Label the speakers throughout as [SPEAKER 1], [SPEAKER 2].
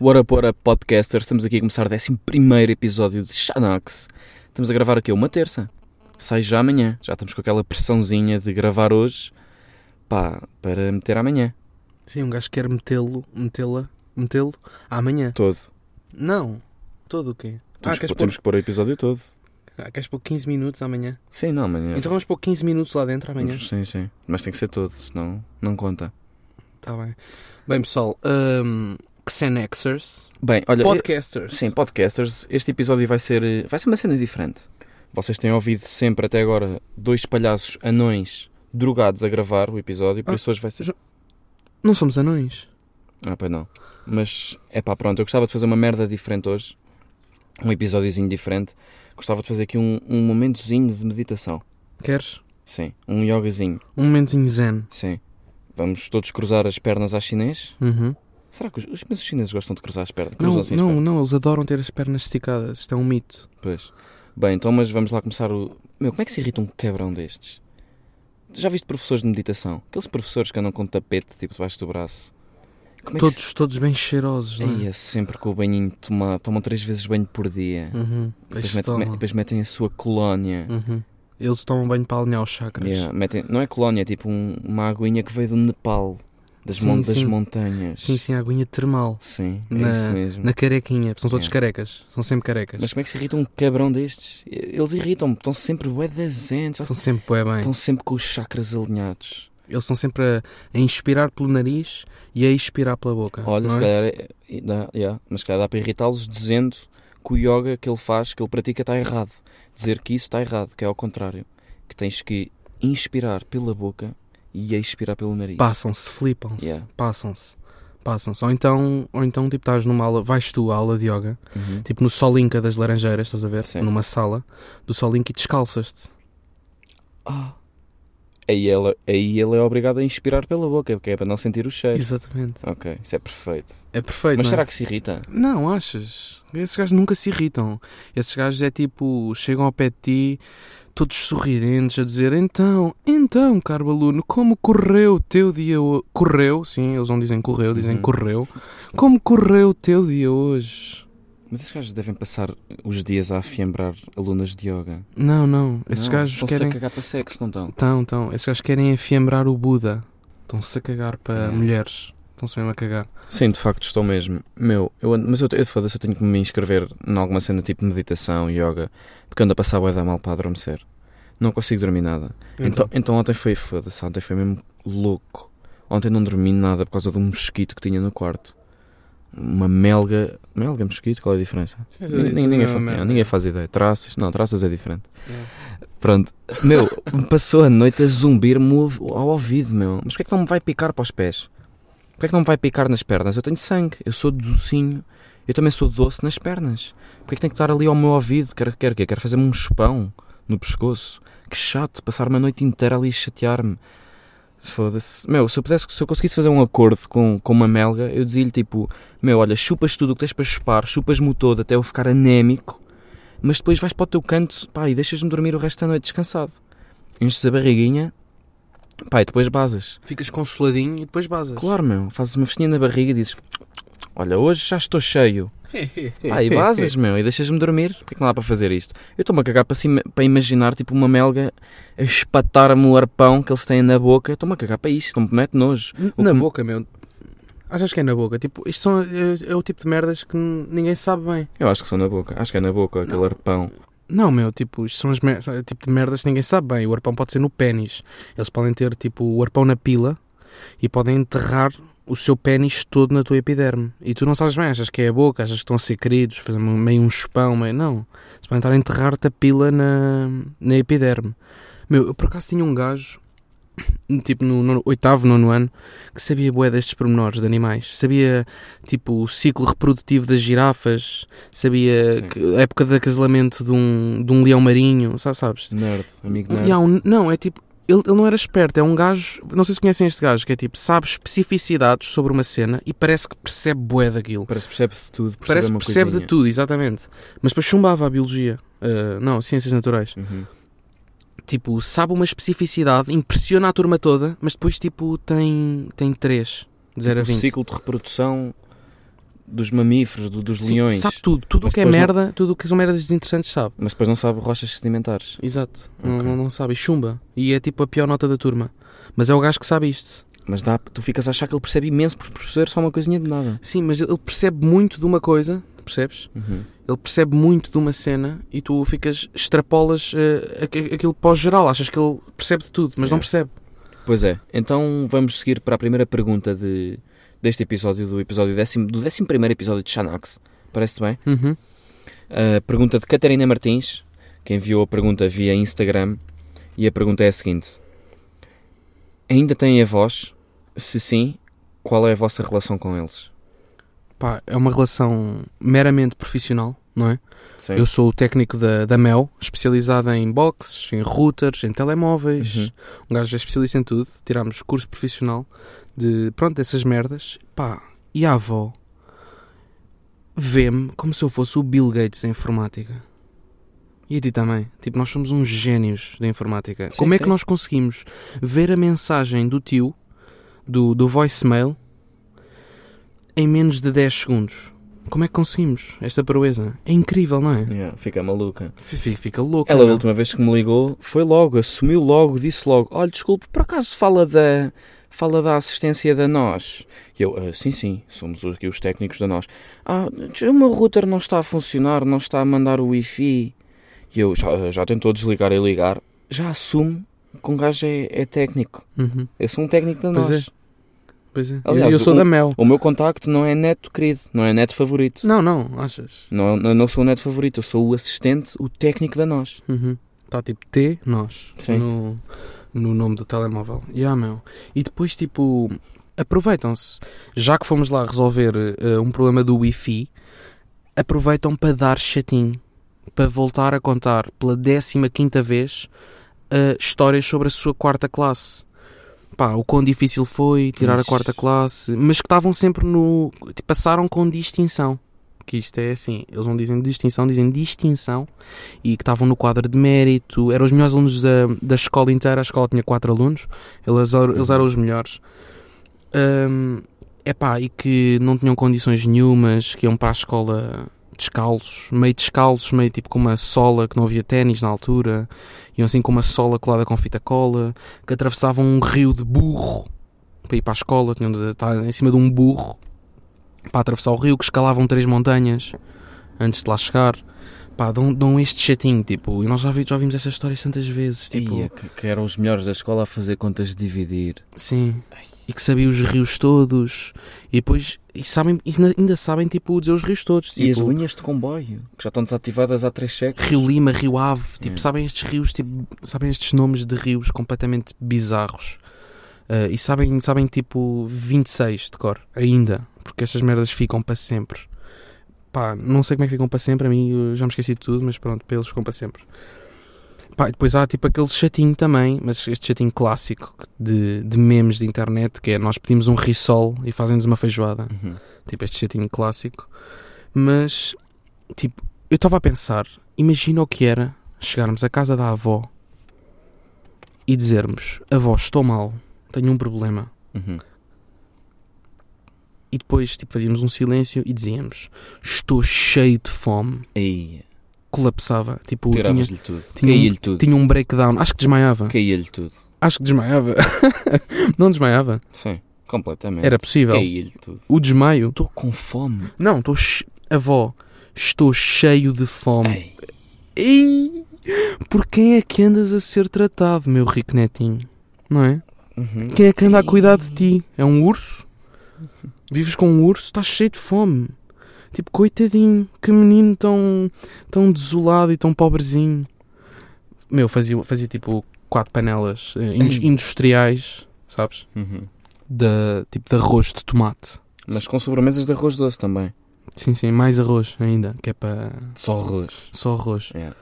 [SPEAKER 1] What Up, What Up Podcaster, estamos aqui a começar o 11 episódio de Xanax. Estamos a gravar aqui uma terça, sai já amanhã. Já estamos com aquela pressãozinha de gravar hoje pá, para meter amanhã,
[SPEAKER 2] Sim, um gajo quer metê-lo, metê-la, metê-lo amanhã.
[SPEAKER 1] todo.
[SPEAKER 2] Não. Todo o quê? Ah
[SPEAKER 1] Temos, que,
[SPEAKER 2] queres,
[SPEAKER 1] temos que pôr o episódio todo.
[SPEAKER 2] pôr, ah, queres pôr 15 minutos amanhã?
[SPEAKER 1] Sim, não, amanhã.
[SPEAKER 2] Então vamos pôr 15 minutos lá dentro amanhã.
[SPEAKER 1] Sim, sim. Mas tem que ser todo, senão não conta.
[SPEAKER 2] Tá bem. Bem, pessoal, hum, Xenexers,
[SPEAKER 1] Bem, olha. eh,
[SPEAKER 2] podcasters.
[SPEAKER 1] Sim, podcasters, este episódio vai ser, eh, vai ser uma cena diferente. Vocês têm ouvido sempre até agora dois palhaços anões drogados a gravar o episódio, por
[SPEAKER 2] Ah,
[SPEAKER 1] isso hoje vai ser.
[SPEAKER 2] já- Não somos anões.
[SPEAKER 1] Ah, pois não. Mas é pá, pronto, eu gostava de fazer uma merda diferente hoje, um episódiozinho diferente. Gostava de fazer aqui um, um momentozinho de meditação.
[SPEAKER 2] Queres?
[SPEAKER 1] Sim, um yogazinho,
[SPEAKER 2] Um momentozinho zen.
[SPEAKER 1] sim. Vamos todos cruzar as pernas à chinês.
[SPEAKER 2] Uhum.
[SPEAKER 1] Será que os, os- mas os chineses gostam de cruzar as pernas? Cruzam
[SPEAKER 2] Não,
[SPEAKER 1] assim as
[SPEAKER 2] não,
[SPEAKER 1] pernas?
[SPEAKER 2] não, eles adoram ter as pernas esticadas. Isto é um mito.
[SPEAKER 1] Pois. Bem, então, mas vamos lá começar o. Meu, como é que se irrita um quebrão destes? Já viste professores de meditação? Aqueles professores que andam com tapete tipo debaixo do braço. Como é
[SPEAKER 2] todos, todos bem cheirosos,
[SPEAKER 1] que
[SPEAKER 2] não
[SPEAKER 1] se...
[SPEAKER 2] é?
[SPEAKER 1] Eia, sempre com o banhinho tomado. Tomam três vezes banho por dia.
[SPEAKER 2] Uhum.
[SPEAKER 1] é. Depois,
[SPEAKER 2] Eles
[SPEAKER 1] metem,
[SPEAKER 2] tomam.
[SPEAKER 1] me- depois metem a sua colónia.
[SPEAKER 2] Uhum. Eles tomam banho para alinhar os chakras.
[SPEAKER 1] Yeah, metem- Não é colónia, é tipo um- uma aguinha que veio do Nepal. Das,
[SPEAKER 2] Sim,
[SPEAKER 1] mon- das
[SPEAKER 2] sim.
[SPEAKER 1] montanhas.
[SPEAKER 2] Sim, sim, a aguinha termal.
[SPEAKER 1] Sim, é
[SPEAKER 2] Na-
[SPEAKER 1] isso mesmo.
[SPEAKER 2] Na carequinha, porque são todos
[SPEAKER 1] Yeah.
[SPEAKER 2] carecas, são sempre carecas.
[SPEAKER 1] Mas como é que se irrita um quebrão destes? Eles irritam-me, estão sempre bué dazentes,
[SPEAKER 2] Estão sempre bué bem.
[SPEAKER 1] estão sempre com os chakras alinhados.
[SPEAKER 2] Eles estão sempre a, a inspirar pelo nariz e a expirar pela boca.
[SPEAKER 1] Olha,
[SPEAKER 2] não
[SPEAKER 1] se
[SPEAKER 2] é?
[SPEAKER 1] calhar, é- é- dá, yeah, mas se calhar dá para irritá-los dizendo que o yoga que ele faz, que ele pratica, está errado. Dizer que isso está errado, que é ao contrário. Que tens que inspirar pela boca e expirar pelo nariz.
[SPEAKER 2] Passam-se, flipam-se,
[SPEAKER 1] Yeah.
[SPEAKER 2] passam-se, passam-se. Ou então, ou então, tipo, estás numa aula, vais tu à aula de yoga,
[SPEAKER 1] Uhum.
[SPEAKER 2] tipo no solinca das laranjeiras, estás a ver?
[SPEAKER 1] Sim.
[SPEAKER 2] Numa sala do solinca e descalças-te.
[SPEAKER 1] Ah. Aí, ele, aí ele é obrigado a inspirar pela boca, porque é para não sentir o cheiro.
[SPEAKER 2] Exatamente.
[SPEAKER 1] Ok, isso é perfeito.
[SPEAKER 2] É perfeito.
[SPEAKER 1] Mas
[SPEAKER 2] não é?
[SPEAKER 1] será que se irrita?
[SPEAKER 2] Não, achas? Esses gajos nunca se irritam. Esses gajos é tipo, chegam ao pé de ti, todos sorridentes, a dizer: Então, então, caro aluno, como correu o teu dia hoje? Correu, sim, eles não dizem correu, dizem
[SPEAKER 1] Uhum.
[SPEAKER 2] correu. Como correu o teu dia hoje?
[SPEAKER 1] Mas esses gajos devem passar os dias a afiembrar alunas de yoga.
[SPEAKER 2] Não, não, esses
[SPEAKER 1] Não,
[SPEAKER 2] gajos
[SPEAKER 1] estão-se
[SPEAKER 2] querem.
[SPEAKER 1] a cagar para sexo, não estão?
[SPEAKER 2] Estão, estão, esses gajos querem afiembrar o Buda. Estão-se a cagar para
[SPEAKER 1] Yeah.
[SPEAKER 2] mulheres. Estão-se mesmo a cagar.
[SPEAKER 1] Sim, de facto estou mesmo. Meu, eu ando- mas eu, eu foda-se, eu tenho que me inscrever em alguma cena tipo meditação, yoga, porque ando a passar bué da mal para adormecer. Não consigo dormir nada. Então, então, ontem foi, foda-se, ontem foi mesmo louco. Ontem não dormi nada por causa de um mosquito que tinha no quarto. Uma melga. Melga, mosquito, qual é a diferença?
[SPEAKER 2] Então,
[SPEAKER 1] Ninguém, ninguém faz, é, ninguém faz ideia. Traças, não, traças é diferente. Pronto, meu, passou a noite a zumbir-me ao- ao ouvido, meu. Mas porquê é que não me vai picar para os pés? Porquê é que não me vai picar nas pernas? Eu tenho sangue, eu sou docinho, eu também sou doce nas pernas. Porquê é que tem que estar ali ao meu ouvido? Quero, quero, quero, quero fazer-me um chupão no pescoço. Que chato, passar uma noite inteira ali a chatear-me. Foda-se. Meu, se eu, pudesse, se eu conseguisse fazer um acordo com, com uma melga, eu dizia-lhe tipo: Meu, olha, chupas tudo o que tens para chupar, chupas-me o todo até eu ficar anémico mas depois vais para o teu canto pá, e deixas-me dormir o resto da noite descansado. Enches a barriguinha pá, e depois basas.
[SPEAKER 2] Ficas consoladinho e depois basas.
[SPEAKER 1] Claro, meu, fazes uma festinha na barriga e dizes: Olha, hoje já estou cheio.
[SPEAKER 2] É,
[SPEAKER 1] Pá, e basas, meu, e deixas-me dormir. Porquê que não dá para fazer isto? Eu estou-me a cagar para, cima- para imaginar tipo uma melga a espatar-me o arpão que eles têm na boca. Eu Estou-me a cagar para isto, não me mete nojo. O
[SPEAKER 2] Na
[SPEAKER 1] que me-
[SPEAKER 2] boca, meu. Achas que é na boca? Tipo, isto são, é, é o tipo de merdas que n- ninguém sabe bem.
[SPEAKER 1] Eu acho que são na boca, acho que é na boca aquele arpão.
[SPEAKER 2] Não, meu, tipo, isto são as mer- são o tipo de merdas que ninguém sabe bem. O arpão pode ser no pênis. Eles podem ter, tipo, o arpão na pila e podem enterrar o seu pênis todo na tua epiderme. E tu não sabes bem, achas que é a boca, achas que estão a ser queridos, fazer meio um chupão, meio... Não. Eles podem estar a enterrar-te a pila na, na epiderme. Meu, eu por acaso tinha um gajo, tipo, no, nono- oitavo, nono ano, que sabia bué destes pormenores de animais. Sabia, tipo, o ciclo reprodutivo das girafas,
[SPEAKER 1] Sim.
[SPEAKER 2] sabia que- a época de acasalamento de um, de um leão marinho, sa- sabes?
[SPEAKER 1] Nerd, amigo
[SPEAKER 2] Um-
[SPEAKER 1] nerd.
[SPEAKER 2] e há um- não, é tipo. Ele, ele não era esperto, é um gajo. Não sei se conhecem este gajo, que é tipo, sabe especificidades sobre uma cena e parece que percebe bué daquilo.
[SPEAKER 1] Parece que percebe de tudo, percebe
[SPEAKER 2] Parece que
[SPEAKER 1] uma
[SPEAKER 2] percebe
[SPEAKER 1] coisinha.
[SPEAKER 2] de tudo, exatamente. Mas depois chumbava a biologia. Ah, não, ciências naturais.
[SPEAKER 1] Uhum.
[SPEAKER 2] Tipo, sabe uma especificidade, impressiona a turma toda, mas depois, tipo, tem, tem 3, 0 a
[SPEAKER 1] Tipo,
[SPEAKER 2] 20.
[SPEAKER 1] O ciclo de reprodução dos mamíferos, do- dos
[SPEAKER 2] Sim,
[SPEAKER 1] leões.
[SPEAKER 2] Sabe tudo. Tudo o
[SPEAKER 1] Mas
[SPEAKER 2] que é
[SPEAKER 1] depois não-
[SPEAKER 2] merda, tudo o que são merdas desinteressantes sabe.
[SPEAKER 1] Mas depois não sabe rochas sedimentares.
[SPEAKER 2] Exato. Não,
[SPEAKER 1] Ok.
[SPEAKER 2] não, não sabe. E chumba. E é tipo a pior nota da turma. Mas é o gajo que sabe isto.
[SPEAKER 1] Mas dá, tu ficas a achar que ele percebe imenso por perceber só uma coisinha de nada.
[SPEAKER 2] Sim, mas ele percebe muito de uma coisa, percebes?
[SPEAKER 1] Uhum.
[SPEAKER 2] Ele percebe muito de uma cena e tu ficas, extrapolas eh, aqu- aquilo para o geral. Achas que ele percebe de tudo, mas não
[SPEAKER 1] Yeah.
[SPEAKER 2] percebe.
[SPEAKER 1] Pois é, então vamos seguir para a primeira pergunta de, deste episódio, do episódio décimo, do décimo primeiro episódio de Xanax. Parece-te bem?
[SPEAKER 2] Uhum.
[SPEAKER 1] A pergunta de Catarina Martins, que enviou a pergunta via Instagram, e a pergunta é a seguinte: Ainda têm avós? Se sim, qual é a vossa relação com eles?
[SPEAKER 2] Pá, é uma relação meramente profissional, não é?
[SPEAKER 1] Sim.
[SPEAKER 2] Eu sou o técnico da, da Mel, especializada em boxes, em routers, em telemóveis.
[SPEAKER 1] Uhum.
[SPEAKER 2] Um gajo é especialista em tudo. Tirámos curso profissional de, pronto, dessas merdas. Pá, e a avó vê-me como se eu fosse o Bill Gates da informática. E a ti também. Tipo, nós somos uns génios da informática.
[SPEAKER 1] Sim,
[SPEAKER 2] como é que
[SPEAKER 1] sim.
[SPEAKER 2] nós conseguimos ver a mensagem do tio, do, do voicemail, em menos de 10 segundos? Como é que conseguimos esta proeza? É incrível, não é?
[SPEAKER 1] Yeah, fica maluca.
[SPEAKER 2] F- Fica, fica louco.
[SPEAKER 1] Ela, a
[SPEAKER 2] É não?
[SPEAKER 1] última vez que me ligou, foi logo, assumiu logo, disse logo: Olha, desculpe, por acaso fala da, fala da assistência da nós? E eu: "Ah, Sim, sim, somos aqui os técnicos da nós. Ah, o meu router não está a funcionar, não está a mandar o Wi-Fi. E eu: Já, já tentou desligar e ligar. Já assume que um gajo é, é técnico.
[SPEAKER 2] Uhum.
[SPEAKER 1] Eu sou um técnico da
[SPEAKER 2] Pois é.
[SPEAKER 1] nós.
[SPEAKER 2] Pois é.
[SPEAKER 1] Aliás,
[SPEAKER 2] eu, eu sou
[SPEAKER 1] o-
[SPEAKER 2] da Mel.
[SPEAKER 1] O meu contacto não é neto querido, não é neto favorito.
[SPEAKER 2] Não, não, achas?
[SPEAKER 1] Não, não, não sou o neto favorito, eu sou o assistente, o técnico da nós.
[SPEAKER 2] Está tipo T, nós.
[SPEAKER 1] Sim.
[SPEAKER 2] No, no nome do telemóvel. Yeah, meu. E depois, tipo, aproveitam-se. Já que fomos lá resolver eh, um problema do Wi-Fi, aproveitam para dar chatinho. Para voltar a contar pela 15 vez eh, histórias sobre a sua quarta classe. Pá, o quão difícil foi tirar a
[SPEAKER 1] Ixi.
[SPEAKER 2] quarta classe, mas que estavam sempre no. tipo, Passaram com distinção. Que isto é assim, eles não dizem distinção, dizem distinção e que estavam no quadro de mérito, eram os melhores alunos da, da escola inteira, a escola tinha quatro alunos, eles, eram- eles eram os melhores. Hum, epá, e que não tinham condições nenhumas, que iam para a escola descalços, meio descalços, meio tipo com uma sola que não havia ténis na altura, iam assim com uma sola colada com fita cola, que atravessavam um rio de burro para ir para a escola, tinham de estar em cima de um burro para atravessar o rio, que escalavam três montanhas antes de lá chegar. Pá, dão, dão este chatinho, tipo, e nós já, vi- já vimos estas histórias tantas vezes, tipo,
[SPEAKER 1] Ia, é que, que eram os melhores da escola a fazer contas de dividir.
[SPEAKER 2] sim, e que sabiam os rios todos, e depois, e sabem, e na- ainda sabem, tipo, dizer os rios todos,
[SPEAKER 1] E as
[SPEAKER 2] tipo,
[SPEAKER 1] linhas de comboio, que já estão desativadas há três séculos.
[SPEAKER 2] Rio Lima, Rio Ave, tipo,
[SPEAKER 1] Yeah.
[SPEAKER 2] sabem estes rios, tipo, sabem estes nomes de rios completamente bizarros. Ah, e sabem, sabem tipo 26 de cor, ainda, porque estas merdas ficam para sempre. Pá, não sei como é que ficam para sempre, a mim eu já me esqueci de tudo, mas pronto, para eles ficam para sempre. Pá, e depois há tipo aquele chatinho também, mas este chatinho clássico de, de memes de internet, que é nós pedimos um risol e fazem-nos uma feijoada
[SPEAKER 1] Uhum.
[SPEAKER 2] tipo este chatinho clássico. Mas, tipo, eu estava a pensar, imagina o que era chegarmos à casa da avó e dizermos: Avó, estou mal, tenho um problema.
[SPEAKER 1] Uhum.
[SPEAKER 2] E depois, tipo, fazíamos um silêncio e dizíamos: Estou cheio de fome.
[SPEAKER 1] Aí,
[SPEAKER 2] Colapsava, tipo, tinha,
[SPEAKER 1] tiravas-lhe tudo.
[SPEAKER 2] tinha-
[SPEAKER 1] Caía-lhe tudo.
[SPEAKER 2] tinha um breakdown. Acho que desmaiava.
[SPEAKER 1] Caía-lhe tudo.
[SPEAKER 2] Acho que desmaiava. não desmaiava.
[SPEAKER 1] Sim, completamente.
[SPEAKER 2] Era possível.
[SPEAKER 1] Caía-lhe tudo.
[SPEAKER 2] O desmaio.
[SPEAKER 1] Estou com fome.
[SPEAKER 2] Não, estou. Che... Avó, estou cheio de fome.
[SPEAKER 1] Ei,
[SPEAKER 2] Ei, por quem é que andas a ser tratado, meu rico netinho? Não é?
[SPEAKER 1] uhum.
[SPEAKER 2] Quem é que anda a cuidar de ti? É um urso? Vives com um urso? Estás cheio de fome. Tipo, coitadinho, que menino tão, tão desolado e tão pobrezinho. Meu, fazia, fazia tipo quatro panelas eh, indus-
[SPEAKER 1] Ei.
[SPEAKER 2] industriais, sabes?
[SPEAKER 1] Uhum.
[SPEAKER 2] Da, tipo de arroz de tomate.
[SPEAKER 1] Mas com sobremesas de arroz doce também.
[SPEAKER 2] Sim, sim, mais arroz ainda, que é para
[SPEAKER 1] Só arroz.
[SPEAKER 2] só arroz.
[SPEAKER 1] É.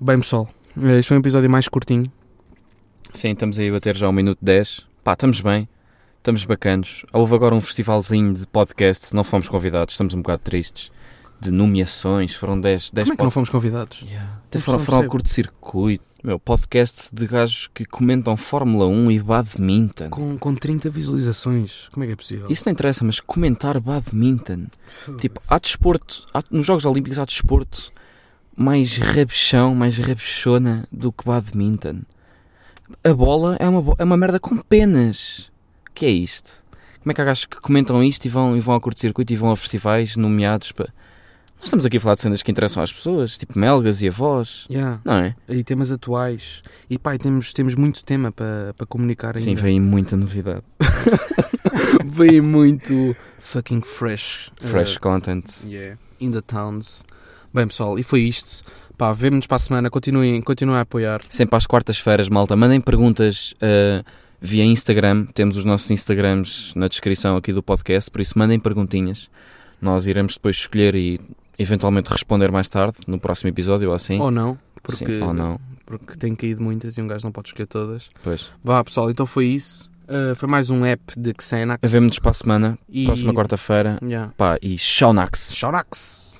[SPEAKER 2] Bem, pessoal, eh, este foi um episódio mais curtinho.
[SPEAKER 1] Sim, estamos aí a bater já o minuto 10. Pá, estamos bem. Estamos bacanos. Houve agora um festivalzinho de podcasts. Não fomos convidados, estamos um bocado tristes. de nomeações, foram 10 10
[SPEAKER 2] Como é que não fomos convidados?
[SPEAKER 1] Yeah. Até
[SPEAKER 2] Isso
[SPEAKER 1] foram,
[SPEAKER 2] não
[SPEAKER 1] foram ao
[SPEAKER 2] percebo.
[SPEAKER 1] curto-circuito. Meu, podcast de gajos que comentam Fórmula 1 e badminton.
[SPEAKER 2] Com, com 30 visualizações. Como é que é possível?
[SPEAKER 1] Isso não interessa, mas comentar badminton. Tipo, há desporto, há- nos Jogos Olímpicos há desporto mais rabichão, mais rabichona do que badminton. A bola é uma, bo- é uma merda com penas. que é isto? Como é que há gajos que comentam isto e vão, e vão a curto-circuito e vão a festivais nomeados para. Nós estamos aqui a falar de cenas que interessam às pessoas, tipo melgas e avós,
[SPEAKER 2] Yeah.
[SPEAKER 1] não é?
[SPEAKER 2] E temas atuais. E pá, e temos, temos muito tema para para comunicar ainda.
[SPEAKER 1] Sim, vem muita novidade.
[SPEAKER 2] Veio muito fucking fresh. uh,
[SPEAKER 1] Fresh content.
[SPEAKER 2] Yeah. In the towns. Bem, pessoal, e foi isto. Pá, vemo-nos para a semana. Continuem, continuem a apoiar.
[SPEAKER 1] Sempre às quartas-feiras, malta. Mandem perguntas ah, via Instagram. Temos os nossos Instagrams na descrição aqui do podcast, por isso mandem perguntinhas. Nós iremos depois escolher e eventualmente responder mais tarde, no próximo episódio ou assim.
[SPEAKER 2] Ou não,
[SPEAKER 1] Sim,
[SPEAKER 2] porque,
[SPEAKER 1] ou não.
[SPEAKER 2] porque têm caído muitas e um gajo não pode escolher todas.
[SPEAKER 1] Pois.
[SPEAKER 2] Vá, pessoal, então foi isso. Uh, foi mais um app de Xenax.
[SPEAKER 1] Vemo-nos para a semana,
[SPEAKER 2] e...
[SPEAKER 1] próxima quarta-feira.
[SPEAKER 2] Yeah.
[SPEAKER 1] Pá, e Shaunax!
[SPEAKER 2] Xorax.